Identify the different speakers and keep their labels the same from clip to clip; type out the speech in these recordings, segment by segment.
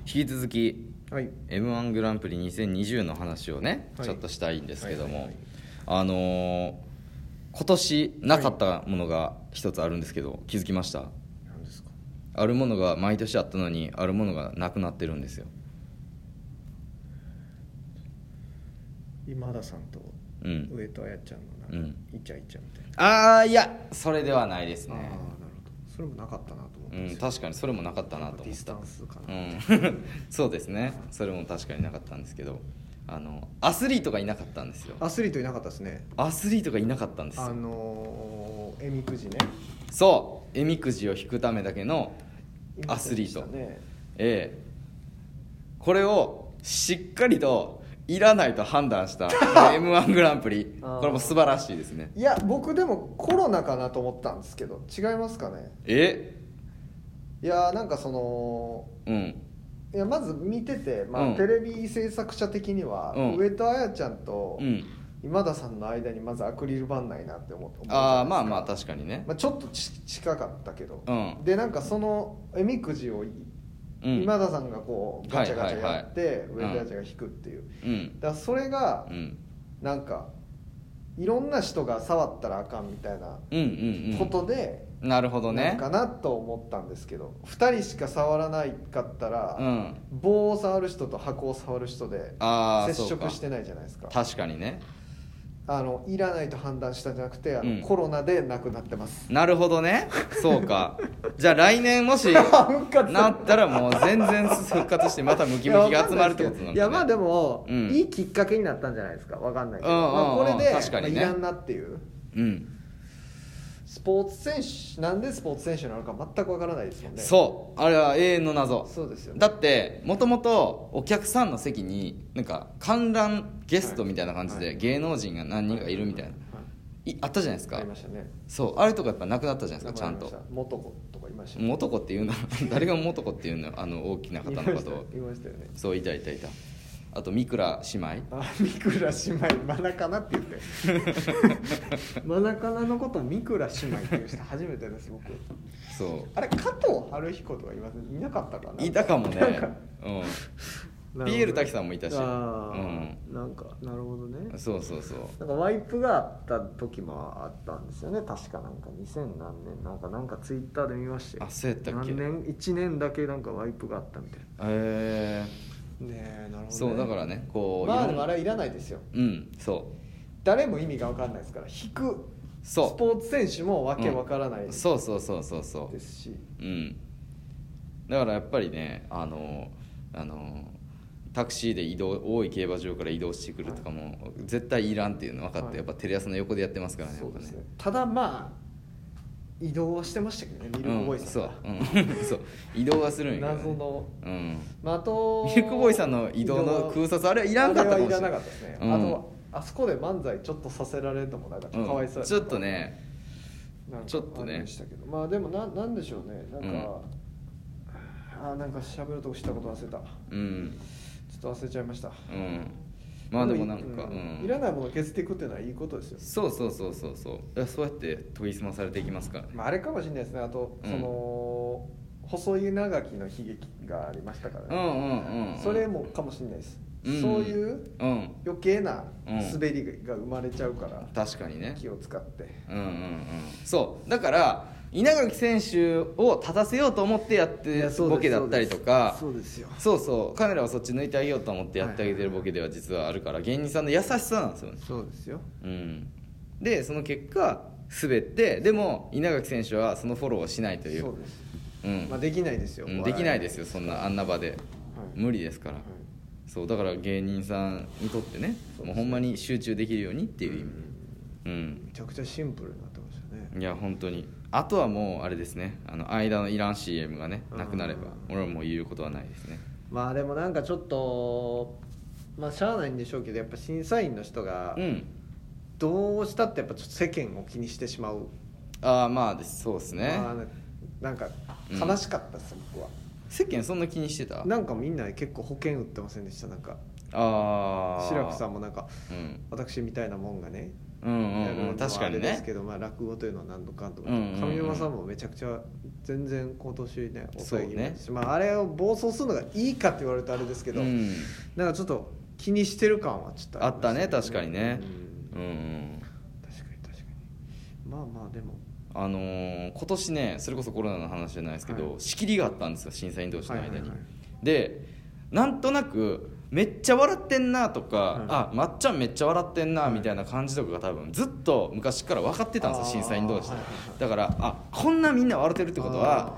Speaker 1: 引き続き
Speaker 2: はい。
Speaker 1: m 1グランプリ2020の話をね、
Speaker 2: はい
Speaker 1: ちょっとしたいんですけども、
Speaker 2: はいはい
Speaker 1: あのー今年なかったものが一つあるんですけど気づきました
Speaker 2: 何ですか。
Speaker 1: あるものが毎年あったのにあるものがなくなってるんですよ
Speaker 2: 今田さんと
Speaker 1: うん
Speaker 2: 上戸彩ちゃんのなんか、イチャイチャみたいな。
Speaker 1: ああいやそれではないです
Speaker 2: ああー、なる
Speaker 1: ね
Speaker 2: ほど。それもなかったなと思っ
Speaker 1: う
Speaker 2: たんで
Speaker 1: ん
Speaker 2: すよ。
Speaker 1: 確かにそれもなかったなと
Speaker 2: デ
Speaker 1: 思
Speaker 2: ィ
Speaker 1: っ
Speaker 2: ス
Speaker 1: た
Speaker 2: タンスか
Speaker 1: う
Speaker 2: な。
Speaker 1: ん そうですねそれも確かになかったんですけどあのアスリートがいなかったんですよ
Speaker 2: アスリートいなかったですね。
Speaker 1: アスリートがいなかったんですよ
Speaker 2: あのー、えみくじね。
Speaker 1: そうえみくじを引くためだけのアスリート
Speaker 2: いませんでしたね。
Speaker 1: ええこれをしっかりといらないと判断した m 1グランプリ
Speaker 2: あー
Speaker 1: これも素晴らしいですね
Speaker 2: いや僕でもコロナかなと思ったんですけど違いますかね
Speaker 1: え
Speaker 2: いやーなんかその
Speaker 1: うん
Speaker 2: いやまず見てて、まあ
Speaker 1: うん
Speaker 2: テレビ制作者的には、
Speaker 1: うん
Speaker 2: 上戸彩ちゃんと
Speaker 1: うん
Speaker 2: 今田さんの間にまずアクリル板ないなって思って
Speaker 1: ああまあまあ確かにね
Speaker 2: まあ、ちょっとち近かったけど、
Speaker 1: うん
Speaker 2: でなんかそのえみくじをい、
Speaker 1: うん
Speaker 2: 今田さんがこうガチャガチャやって、
Speaker 1: はいはい
Speaker 2: 上田ちゃんが引くっていう、
Speaker 1: うん
Speaker 2: だからそれが
Speaker 1: うん
Speaker 2: なんかいろんな人が触ったらあかんみたいな
Speaker 1: うんうんうん
Speaker 2: ことで、
Speaker 1: なるほど
Speaker 2: なん
Speaker 1: ね
Speaker 2: かなと思ったんですけど2人しか触らないかったら、
Speaker 1: うん
Speaker 2: 棒を触る人と箱を触る人で
Speaker 1: ああ
Speaker 2: 接触してないじゃないですか
Speaker 1: 確かにね
Speaker 2: あのいらないと判断したんじゃなくてあの、
Speaker 1: うん
Speaker 2: コロナでなくなってます
Speaker 1: なるほどねそう かじゃあ来年もしなったらもう全然復活してまたムキムキが集まるってことなんだ、ね、
Speaker 2: いやまあでも、
Speaker 1: うん
Speaker 2: いいきっかけになったんじゃないですかわかんないけど、
Speaker 1: うんうんうん
Speaker 2: まあ、これで、
Speaker 1: 確かにね
Speaker 2: まあいらんなっていう
Speaker 1: うん
Speaker 2: スポーツ選手なんでスポーツ選手なのか全くわからないですもんね
Speaker 1: そうあれは永遠の謎
Speaker 2: そうですよね
Speaker 1: だってもともとお客さんの席になんか観覧ゲストみたいな感じ
Speaker 2: はい
Speaker 1: で芸能人が何人かいるみたいな、
Speaker 2: はい
Speaker 1: あったじゃないです
Speaker 2: あ
Speaker 1: か
Speaker 2: りましたね
Speaker 1: そうあれとかやっぱなくなったじゃないですかちゃ
Speaker 2: わ
Speaker 1: ん
Speaker 2: りま
Speaker 1: と
Speaker 2: した元子とかいましたね
Speaker 1: 元子っていうの 誰が元子っていうのあの大きな方のことを
Speaker 2: いましたいましたよね
Speaker 1: そういたいたいたあと三倉姉妹
Speaker 2: あ三倉姉妹マナカナって言って マナカナのことを三倉姉妹っていう人初めてです僕
Speaker 1: そ
Speaker 2: あれ加藤春彦とかいませんいなかったかな
Speaker 1: う
Speaker 2: い
Speaker 1: いたかも
Speaker 2: なん
Speaker 1: ね
Speaker 2: か
Speaker 1: うん
Speaker 2: なるほど
Speaker 1: ピエール滝さんもいたし
Speaker 2: あ
Speaker 1: う
Speaker 2: ーなんかなるほどね
Speaker 1: んそうそうそう
Speaker 2: なんかワイプがあった時もあったんですよね確かなんか2000何年なんかなんかツイッターで見ましたよ
Speaker 1: あそうやったっけ
Speaker 2: 何年1年だけなんかワイプがあったみたい
Speaker 1: え
Speaker 2: なねえなるほど、ね、
Speaker 1: ー、そうだからねこうい
Speaker 2: まあで
Speaker 1: ろん
Speaker 2: も
Speaker 1: な
Speaker 2: あれはいらないですよ
Speaker 1: うんそう
Speaker 2: 誰も意味が分かんないですから引くス
Speaker 1: そう
Speaker 2: ポーツ選手もわけわからないです
Speaker 1: そうそうそうそうそ
Speaker 2: し、
Speaker 1: ううんだからやっぱりねあのあのタクシーで移動多い競馬場から移動してくるとかも、絶対いらんっていうの分かって、
Speaker 2: はい
Speaker 1: やっぱテレ朝の横でやってますからね
Speaker 2: そう
Speaker 1: やっ
Speaker 2: で
Speaker 1: ぱ
Speaker 2: すねただまあ移動はしてましたけどねミルクボーイさんが、
Speaker 1: うん、そう,、うん、そう移動はするんやけどね、
Speaker 2: 謎の
Speaker 1: うん
Speaker 2: まあ、あと
Speaker 1: ミルクボーイさんの移動の空撮あれはいらんかったかもしれ
Speaker 2: あ
Speaker 1: ない
Speaker 2: はらなかったですね、
Speaker 1: うん
Speaker 2: あとあそこで漫才ちょっとさせられるのもなんかか
Speaker 1: うん
Speaker 2: わいそうや
Speaker 1: ちょっとね
Speaker 2: なんか
Speaker 1: ちょっとね
Speaker 2: あれでしたけどまあでもななんでしょうねなんか、あーなんか喋るとこしたこと忘れたちょ
Speaker 1: うん
Speaker 2: っと忘れちゃいました
Speaker 1: うんまあでもなんか、
Speaker 2: う
Speaker 1: うん、
Speaker 2: いらないものを消していくっていうのはいいことですよ、
Speaker 1: そうそうそうそうそういやそうやって研ぎ澄まされていきますからね
Speaker 2: まあ、あれかもしれないですねあと、
Speaker 1: うん
Speaker 2: その細井長きの悲劇がありましたから
Speaker 1: う
Speaker 2: ね、
Speaker 1: んうんうん
Speaker 2: それもかもしれないです、
Speaker 1: うん
Speaker 2: そういう
Speaker 1: うん
Speaker 2: 余計な
Speaker 1: うん
Speaker 2: 滑りが生まれちゃうから、
Speaker 1: 確かにね
Speaker 2: 気を使って
Speaker 1: うんうんうんそうだから稲垣選手を立たせようと思ってやってボケだったりとか
Speaker 2: そうですよ
Speaker 1: そうそうカメラをそっち抜いてあげようと思ってやってあげてるボケでは実はあるから芸人さんの優しさなんですよね
Speaker 2: そうですよ
Speaker 1: うんでその結果滑ってでも稲垣選手はそのフォローをしないという
Speaker 2: そう
Speaker 1: う
Speaker 2: です、
Speaker 1: ん
Speaker 2: まあ、できないですよ、、
Speaker 1: うんできないですすよそんなあんな場で
Speaker 2: はい
Speaker 1: 無理ですから
Speaker 2: はい
Speaker 1: そうだから芸人さんにとってね
Speaker 2: そうで
Speaker 1: もう
Speaker 2: すね
Speaker 1: ほんまに集中できるようにっていう意味でうん
Speaker 2: めちゃくちゃシンプルになってましたね
Speaker 1: いや本当にあとはもうあれですねあの間のいらん CM がね
Speaker 2: うん
Speaker 1: なくなれば俺はもう言うことはないですね
Speaker 2: まあでもなんかちょっとまあしゃあないんでしょうけどやっぱ審査員の人が
Speaker 1: うん
Speaker 2: どうしたってやっぱちょっと世間を気にしてしまう、
Speaker 1: ああまあですそうですね
Speaker 2: まあなんか悲しかったです、僕は
Speaker 1: 世間そんな気にしてた
Speaker 2: なんかみんな結構保険売ってませんでしたなんか
Speaker 1: ああ
Speaker 2: 志らくさんもなんか
Speaker 1: うん
Speaker 2: 私みたいなもんがね
Speaker 1: うんう
Speaker 2: や
Speaker 1: ん
Speaker 2: る
Speaker 1: う
Speaker 2: の
Speaker 1: ん
Speaker 2: も
Speaker 1: 確か
Speaker 2: あれ
Speaker 1: に
Speaker 2: です
Speaker 1: ね
Speaker 2: けど、まあ、落語というのは何度かとか、
Speaker 1: うんうんうん
Speaker 2: 上沼さんもめちゃくちゃ全然今年ね抑え気味
Speaker 1: そうね
Speaker 2: だしまあ、あれを暴走するのがいいかって言われるとあれですけど、
Speaker 1: うん
Speaker 2: なんかちょっと気にしてる感はちょっと
Speaker 1: あったね
Speaker 2: りま
Speaker 1: 確
Speaker 2: す
Speaker 1: かにね
Speaker 2: うん
Speaker 1: うん、うん、
Speaker 2: 確かに確かにまあまあでも
Speaker 1: あのー今年ねそれこそコロナの話じゃないですけど、
Speaker 2: はい
Speaker 1: 仕切りがあったんですよ審査員同士の間に、
Speaker 2: はいはいはい
Speaker 1: でなんとなくめっちゃ笑ってんなとか、
Speaker 2: はい
Speaker 1: あまっちゃんめっちゃ笑ってんな
Speaker 2: はい
Speaker 1: みたいな感じとかが多分ずっと昔から分かってたんですよ審
Speaker 2: あー
Speaker 1: 査員同士で
Speaker 2: はいはいはい
Speaker 1: だからあこんなみんな笑ってるってこと
Speaker 2: あ
Speaker 1: は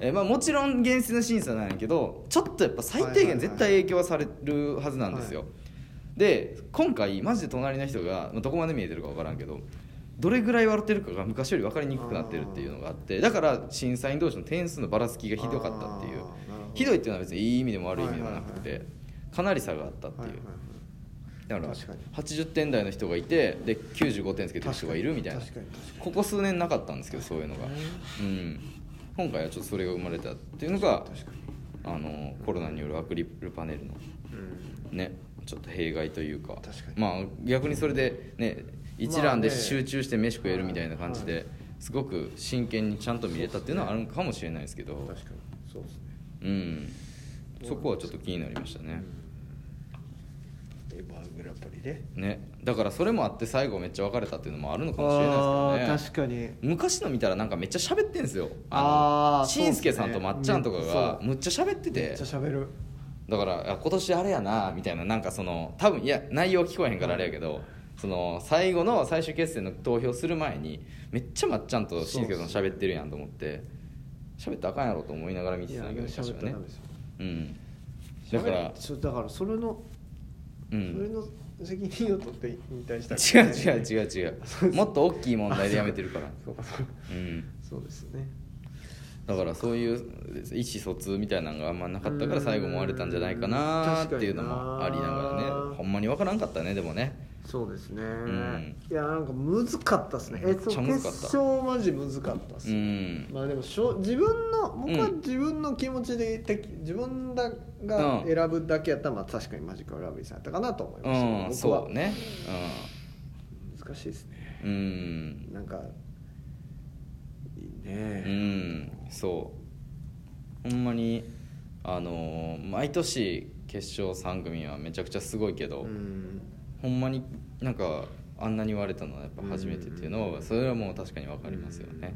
Speaker 1: えーまあ、もちろん厳正な審査なんやけどちょっとやっぱ最低限絶対影響はされるはずなんですよ、
Speaker 2: は
Speaker 1: で今回マジで隣の人がまあどこまで見えてるか分からんけどどれぐらい笑ってるかが昔より分かりにくくなってるっていうのがあってだから審査員同士の点数のばらつきがひどかったっていう
Speaker 2: あーなるほど
Speaker 1: ひどいっていうのは別にいい意味でも悪い意味でもなくて、
Speaker 2: はいは
Speaker 1: かなり差があったっていう、
Speaker 2: はいはいはい
Speaker 1: だから
Speaker 2: 確かに
Speaker 1: 80点台の人がいてで95点つけてる人がいるみたいな
Speaker 2: 確かに確かに
Speaker 1: ここ数年なかったんですけどそういうのが
Speaker 2: ね
Speaker 1: うん今回はちょっとそれが生まれたっていうのが
Speaker 2: 確か
Speaker 1: あのコロナによるアクリルパネルの
Speaker 2: うん
Speaker 1: ねちょっと弊害というか
Speaker 2: 確かに
Speaker 1: まあ逆にそれでね一
Speaker 2: まあ
Speaker 1: 覧
Speaker 2: ね
Speaker 1: で集中して飯食えるみたいな感じ
Speaker 2: は
Speaker 1: で
Speaker 2: い
Speaker 1: すごく真剣にちゃんと見れたっていうのはあるかもしれないですけど
Speaker 2: 確かにそうですね
Speaker 1: うんそこはちょっと気になりましたね
Speaker 2: エヴァグラパリで
Speaker 1: ねだからそれもあって最後めっちゃ別れたっていうのもあるのかもしれ
Speaker 2: あ
Speaker 1: ない
Speaker 2: ー
Speaker 1: ですけどね
Speaker 2: 確かに
Speaker 1: 昔の見たらなんかめっちゃ喋ってんすよあ
Speaker 2: あー
Speaker 1: のしんすけ
Speaker 2: そうっす
Speaker 1: さ
Speaker 2: ね
Speaker 1: んとまっちゃんとかが
Speaker 2: うん
Speaker 1: むっちゃ喋って
Speaker 2: め
Speaker 1: て
Speaker 2: っちゃ喋る
Speaker 1: だからあ今年あれやなみたいななんかその多分いや内容聞こえへんからあれやけどその最後の最終決戦の投票する前にめっちゃまっちゃんとしんすけさん喋ってるやんと思って喋ったらあかんやろと思いながら見てたんだけど
Speaker 2: いや
Speaker 1: 昔は
Speaker 2: 喋ったら
Speaker 1: ね
Speaker 2: ダメですよ
Speaker 1: うんだから
Speaker 2: 喋るそうだからそれの
Speaker 1: う
Speaker 2: それ
Speaker 1: ん
Speaker 2: の責任を取って引退した
Speaker 1: 違う違う違う違うもっと大きい問題でやめてるから
Speaker 2: そうかそうか
Speaker 1: うん
Speaker 2: そうですね
Speaker 1: だからそういう意思疎通みたいなのがあんまなかったか
Speaker 2: う
Speaker 1: ら
Speaker 2: ん
Speaker 1: 最後も割れたんじゃないかなっていうのもありな
Speaker 2: 確
Speaker 1: が
Speaker 2: からにな
Speaker 1: ねほんまに分からんかったねでもね
Speaker 2: そうですね、
Speaker 1: ん
Speaker 2: いやなんか難かったですねえ
Speaker 1: めっ
Speaker 2: そう
Speaker 1: ちゃ難
Speaker 2: 決
Speaker 1: かった
Speaker 2: 勝マジ難かったっす、
Speaker 1: うん
Speaker 2: まあでもしょ自分の僕は
Speaker 1: うん
Speaker 2: 自分の気持ちでて自分だが
Speaker 1: うん
Speaker 2: 選ぶだけやったら、まあ、確かにマジカルラブリーさんやったかなと思いました、
Speaker 1: うん
Speaker 2: 僕は
Speaker 1: そうね
Speaker 2: 難しいですね
Speaker 1: うんうん
Speaker 2: なんかいいうね、
Speaker 1: んそうほんまにあのー毎年決勝3組はめちゃくちゃすごいけど、
Speaker 2: うん
Speaker 1: ほんまになんかあんなに言われたのはやっぱ初めてっていうの
Speaker 2: う
Speaker 1: は
Speaker 2: ん
Speaker 1: それはもう確かに分かりますよね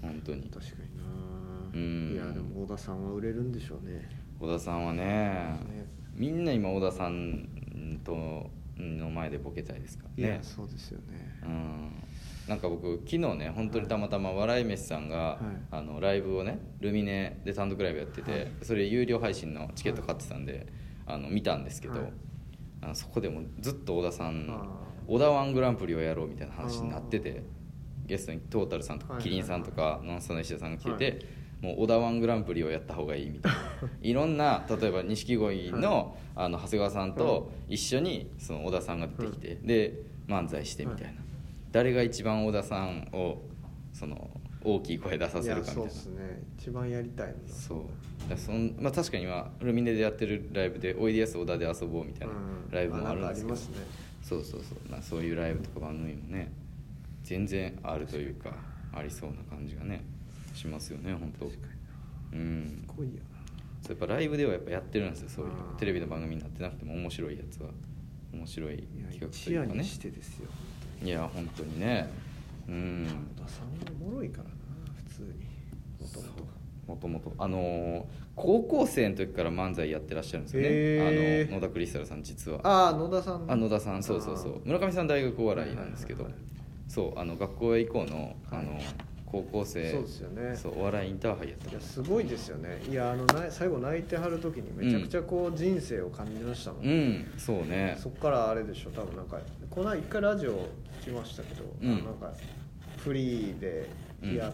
Speaker 1: 本当に
Speaker 2: 確か
Speaker 1: う
Speaker 2: に
Speaker 1: ん
Speaker 2: な、いやでも小田さんは売れるんでしょうね
Speaker 1: 小田さんはね
Speaker 2: ね
Speaker 1: みんな今小田さんとの前でボケたいですから
Speaker 2: いや
Speaker 1: ね
Speaker 2: そうですよね
Speaker 1: うんなんか僕昨日ね本当にたまたま笑い飯さんが、
Speaker 2: い
Speaker 1: あのライブをねルミネで単独ライブやってて、
Speaker 2: はい
Speaker 1: それ有料配信のチケット買ってたんで、あの見たんですけど、
Speaker 2: はい
Speaker 1: あのそこでもずっと小田さん
Speaker 2: あ
Speaker 1: 「小田ワングランプリ」をやろうみたいな話になっててゲストにトータルさんと
Speaker 2: は
Speaker 1: か
Speaker 2: い
Speaker 1: キリンさんとかノンストの石田さんが来てて、
Speaker 2: は
Speaker 1: も
Speaker 2: い
Speaker 1: う小田ワングランプリをやった方がいいみたいないろんな例えば錦鯉の,、あの長谷川さんと一緒にその小田さんが出てきて、で漫才してみたいな、
Speaker 2: はい
Speaker 1: 誰が一番小田さんをその大きい声出させるかみたい
Speaker 2: やそう
Speaker 1: な
Speaker 2: っすね一番やりたいの
Speaker 1: そうだからそん、まあ、確かに今ルミネでやってるライブで「おいでやす小田で遊ぼう」みたいな
Speaker 2: うん
Speaker 1: ライブもあるんですけど、
Speaker 2: あなんかありますね
Speaker 1: そうそうそうなそういうライブとか番組もね全然あるというかありそうな感じがねしますよね本当うん
Speaker 2: すごいよ
Speaker 1: そうやっぱライブではやっぱやってるんですよそういう
Speaker 2: うん
Speaker 1: テレビの番組になってなくても面白いやつは面白い
Speaker 2: ないや
Speaker 1: 企画と
Speaker 2: 一
Speaker 1: い
Speaker 2: 夜
Speaker 1: うか
Speaker 2: に
Speaker 1: ね
Speaker 2: してですよ
Speaker 1: いや本当にねうん
Speaker 2: 小田さんおもろいからな普通にもともと
Speaker 1: もともとあのー高校生の時から漫才やってらっしゃるんですよね、
Speaker 2: へー
Speaker 1: あの野田クリスタルさん実は
Speaker 2: ああ野田さん
Speaker 1: あ野田さんそうそうそう村上さん大学お笑いなんですけど、
Speaker 2: はいはいはい
Speaker 1: そうあの学校へ行こうのあの高校生
Speaker 2: そうですよね
Speaker 1: そうお笑いインターハイやった
Speaker 2: いやすごいですよねいやあのな最後泣いてはる時にめちゃくちゃこう人生を感じましたもん、
Speaker 1: うんそうね
Speaker 2: そっからあれでしょ多分なんかこの一回ラジオ聞きましたけど、
Speaker 1: うん
Speaker 2: あのなんかフリーでやっ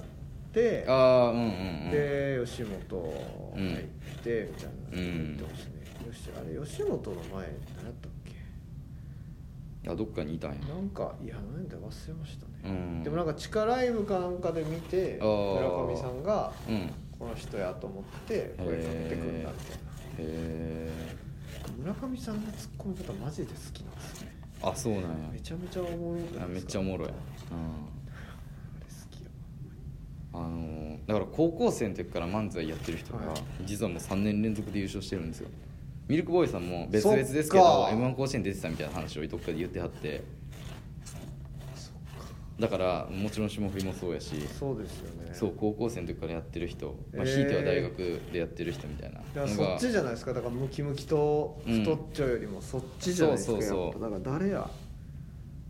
Speaker 2: て、
Speaker 1: ああうんうんうん
Speaker 2: で吉本入ってみたいな
Speaker 1: うん
Speaker 2: 言ってますね、よしあれ吉本の前何やったっけ
Speaker 1: あどっかにいたんや
Speaker 2: なんかいや何だ忘れました
Speaker 1: う
Speaker 2: ね、
Speaker 1: ん
Speaker 2: でもなんか地下ライブかなんかで見て
Speaker 1: あー
Speaker 2: 村上さんが
Speaker 1: うんへ
Speaker 2: この人やと思って声かけてくんだみたい
Speaker 1: え
Speaker 2: な村上さんのツッコミ方マジで好きなんですね
Speaker 1: あそうなんや
Speaker 2: めちゃめちゃおもろくないですか
Speaker 1: あめっちゃおもろい、うん、
Speaker 2: あれ好きよ
Speaker 1: あのーだから高校生の時から漫才やってる人が
Speaker 2: はい
Speaker 1: 実はもう3年連続で優勝してるんですよミルクボーイさんも別々ですけ
Speaker 3: そっ
Speaker 1: ど
Speaker 3: か
Speaker 1: m 1甲子園出てたみたいな話をどっかで言ってはってだからもちろん霜降りもそうやし
Speaker 2: そうですよね
Speaker 1: そう高校生の時からやってる人、まあ、
Speaker 2: へー
Speaker 1: ひいては大学でやってる人みたいな
Speaker 2: だから
Speaker 1: の
Speaker 2: そ
Speaker 1: が
Speaker 2: っちじゃないですかだからムキムキと太っちょよりもそっちじゃないですか、
Speaker 1: そうそうそう
Speaker 2: やっぱだから誰や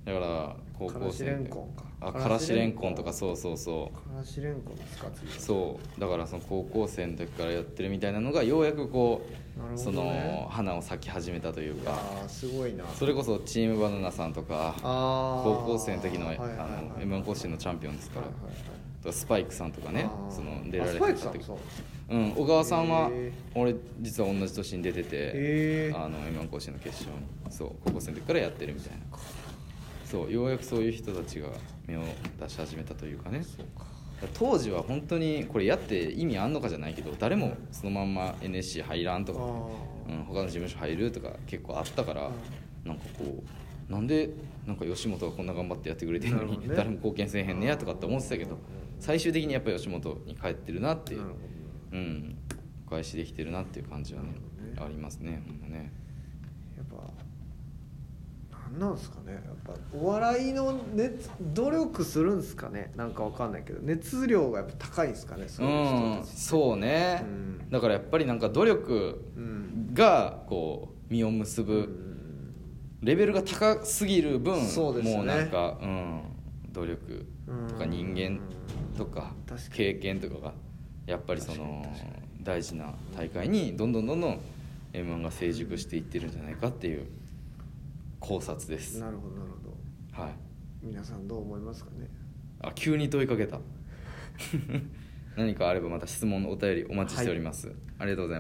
Speaker 1: だから高校生の時
Speaker 2: からしれんこんか
Speaker 1: あからしれんこんとかそうそうそう
Speaker 2: からしれんこですか次
Speaker 1: そうだからその高校生の時からやってるみたいなのがようやくこう、
Speaker 2: なるほど
Speaker 1: そ
Speaker 2: ね
Speaker 1: の花を咲き始めたという
Speaker 2: いや
Speaker 1: か
Speaker 2: ーすごいな
Speaker 1: それこそチームバナナさんとか
Speaker 2: あー
Speaker 1: 高校生の時の
Speaker 2: はいはいはいはい
Speaker 1: あの m 1甲子園のチャンピオンですから、
Speaker 2: はいはい
Speaker 1: とスパイクさんとかね
Speaker 2: あー
Speaker 1: その出られ
Speaker 2: あ
Speaker 1: て
Speaker 2: スパイク
Speaker 1: た
Speaker 2: さんも
Speaker 1: 時
Speaker 2: そうなんですか
Speaker 1: うん、小川さんは
Speaker 2: へ
Speaker 1: 俺実は同じ年に出てて
Speaker 2: へー
Speaker 1: あの m 1甲子園の決勝にそう高校生の時からやってるみたいなそうようやくそういう人たちが目を出し始めたというかね当時は本当にこれやって意味あんのかじゃないけど誰もそのまんま NSC 入らんとか、
Speaker 2: あ
Speaker 1: うん、他の事務所入るとか結構あったから、なんかこうなんでなんか吉本がこんな頑張ってやってくれてるの
Speaker 2: なる
Speaker 1: に
Speaker 2: ほどね
Speaker 1: 誰も貢献せえへんねやとかって思ってたけ
Speaker 2: うんう
Speaker 1: ど
Speaker 2: んうん
Speaker 1: 最終的にやっぱ吉本に帰ってるなって
Speaker 2: ー
Speaker 1: いう
Speaker 2: なるほど
Speaker 1: うん、お返しできてるなっていう感じはね
Speaker 2: なるほどね
Speaker 1: ありますねほんまね
Speaker 2: やっぱなんなんですかねやっぱお笑いの熱努力するんですかねなんかわかんないけど熱量がやっぱ高いんですかねそうういう人
Speaker 1: ん
Speaker 2: たち、
Speaker 1: そうね、
Speaker 2: うん
Speaker 1: だからやっぱりなんか努力
Speaker 2: うん
Speaker 1: がこう実を結
Speaker 2: う
Speaker 1: ぶ
Speaker 2: ん
Speaker 1: レベルが高すぎる分、
Speaker 2: そうですね
Speaker 1: もうなんか、うん、努力とか
Speaker 2: うん
Speaker 1: 人間とか
Speaker 2: 確かに
Speaker 1: 経験とかがやっぱりその大事な大会にどんどんどんどん m 1が成熟していってるんじゃないかっていう考察です、
Speaker 2: なるほどなるほど
Speaker 1: はい
Speaker 2: 皆さんどう思いますかね
Speaker 1: あ急に問いか けた何かあればまた質問のお便りお待ちしております、ありがとうございます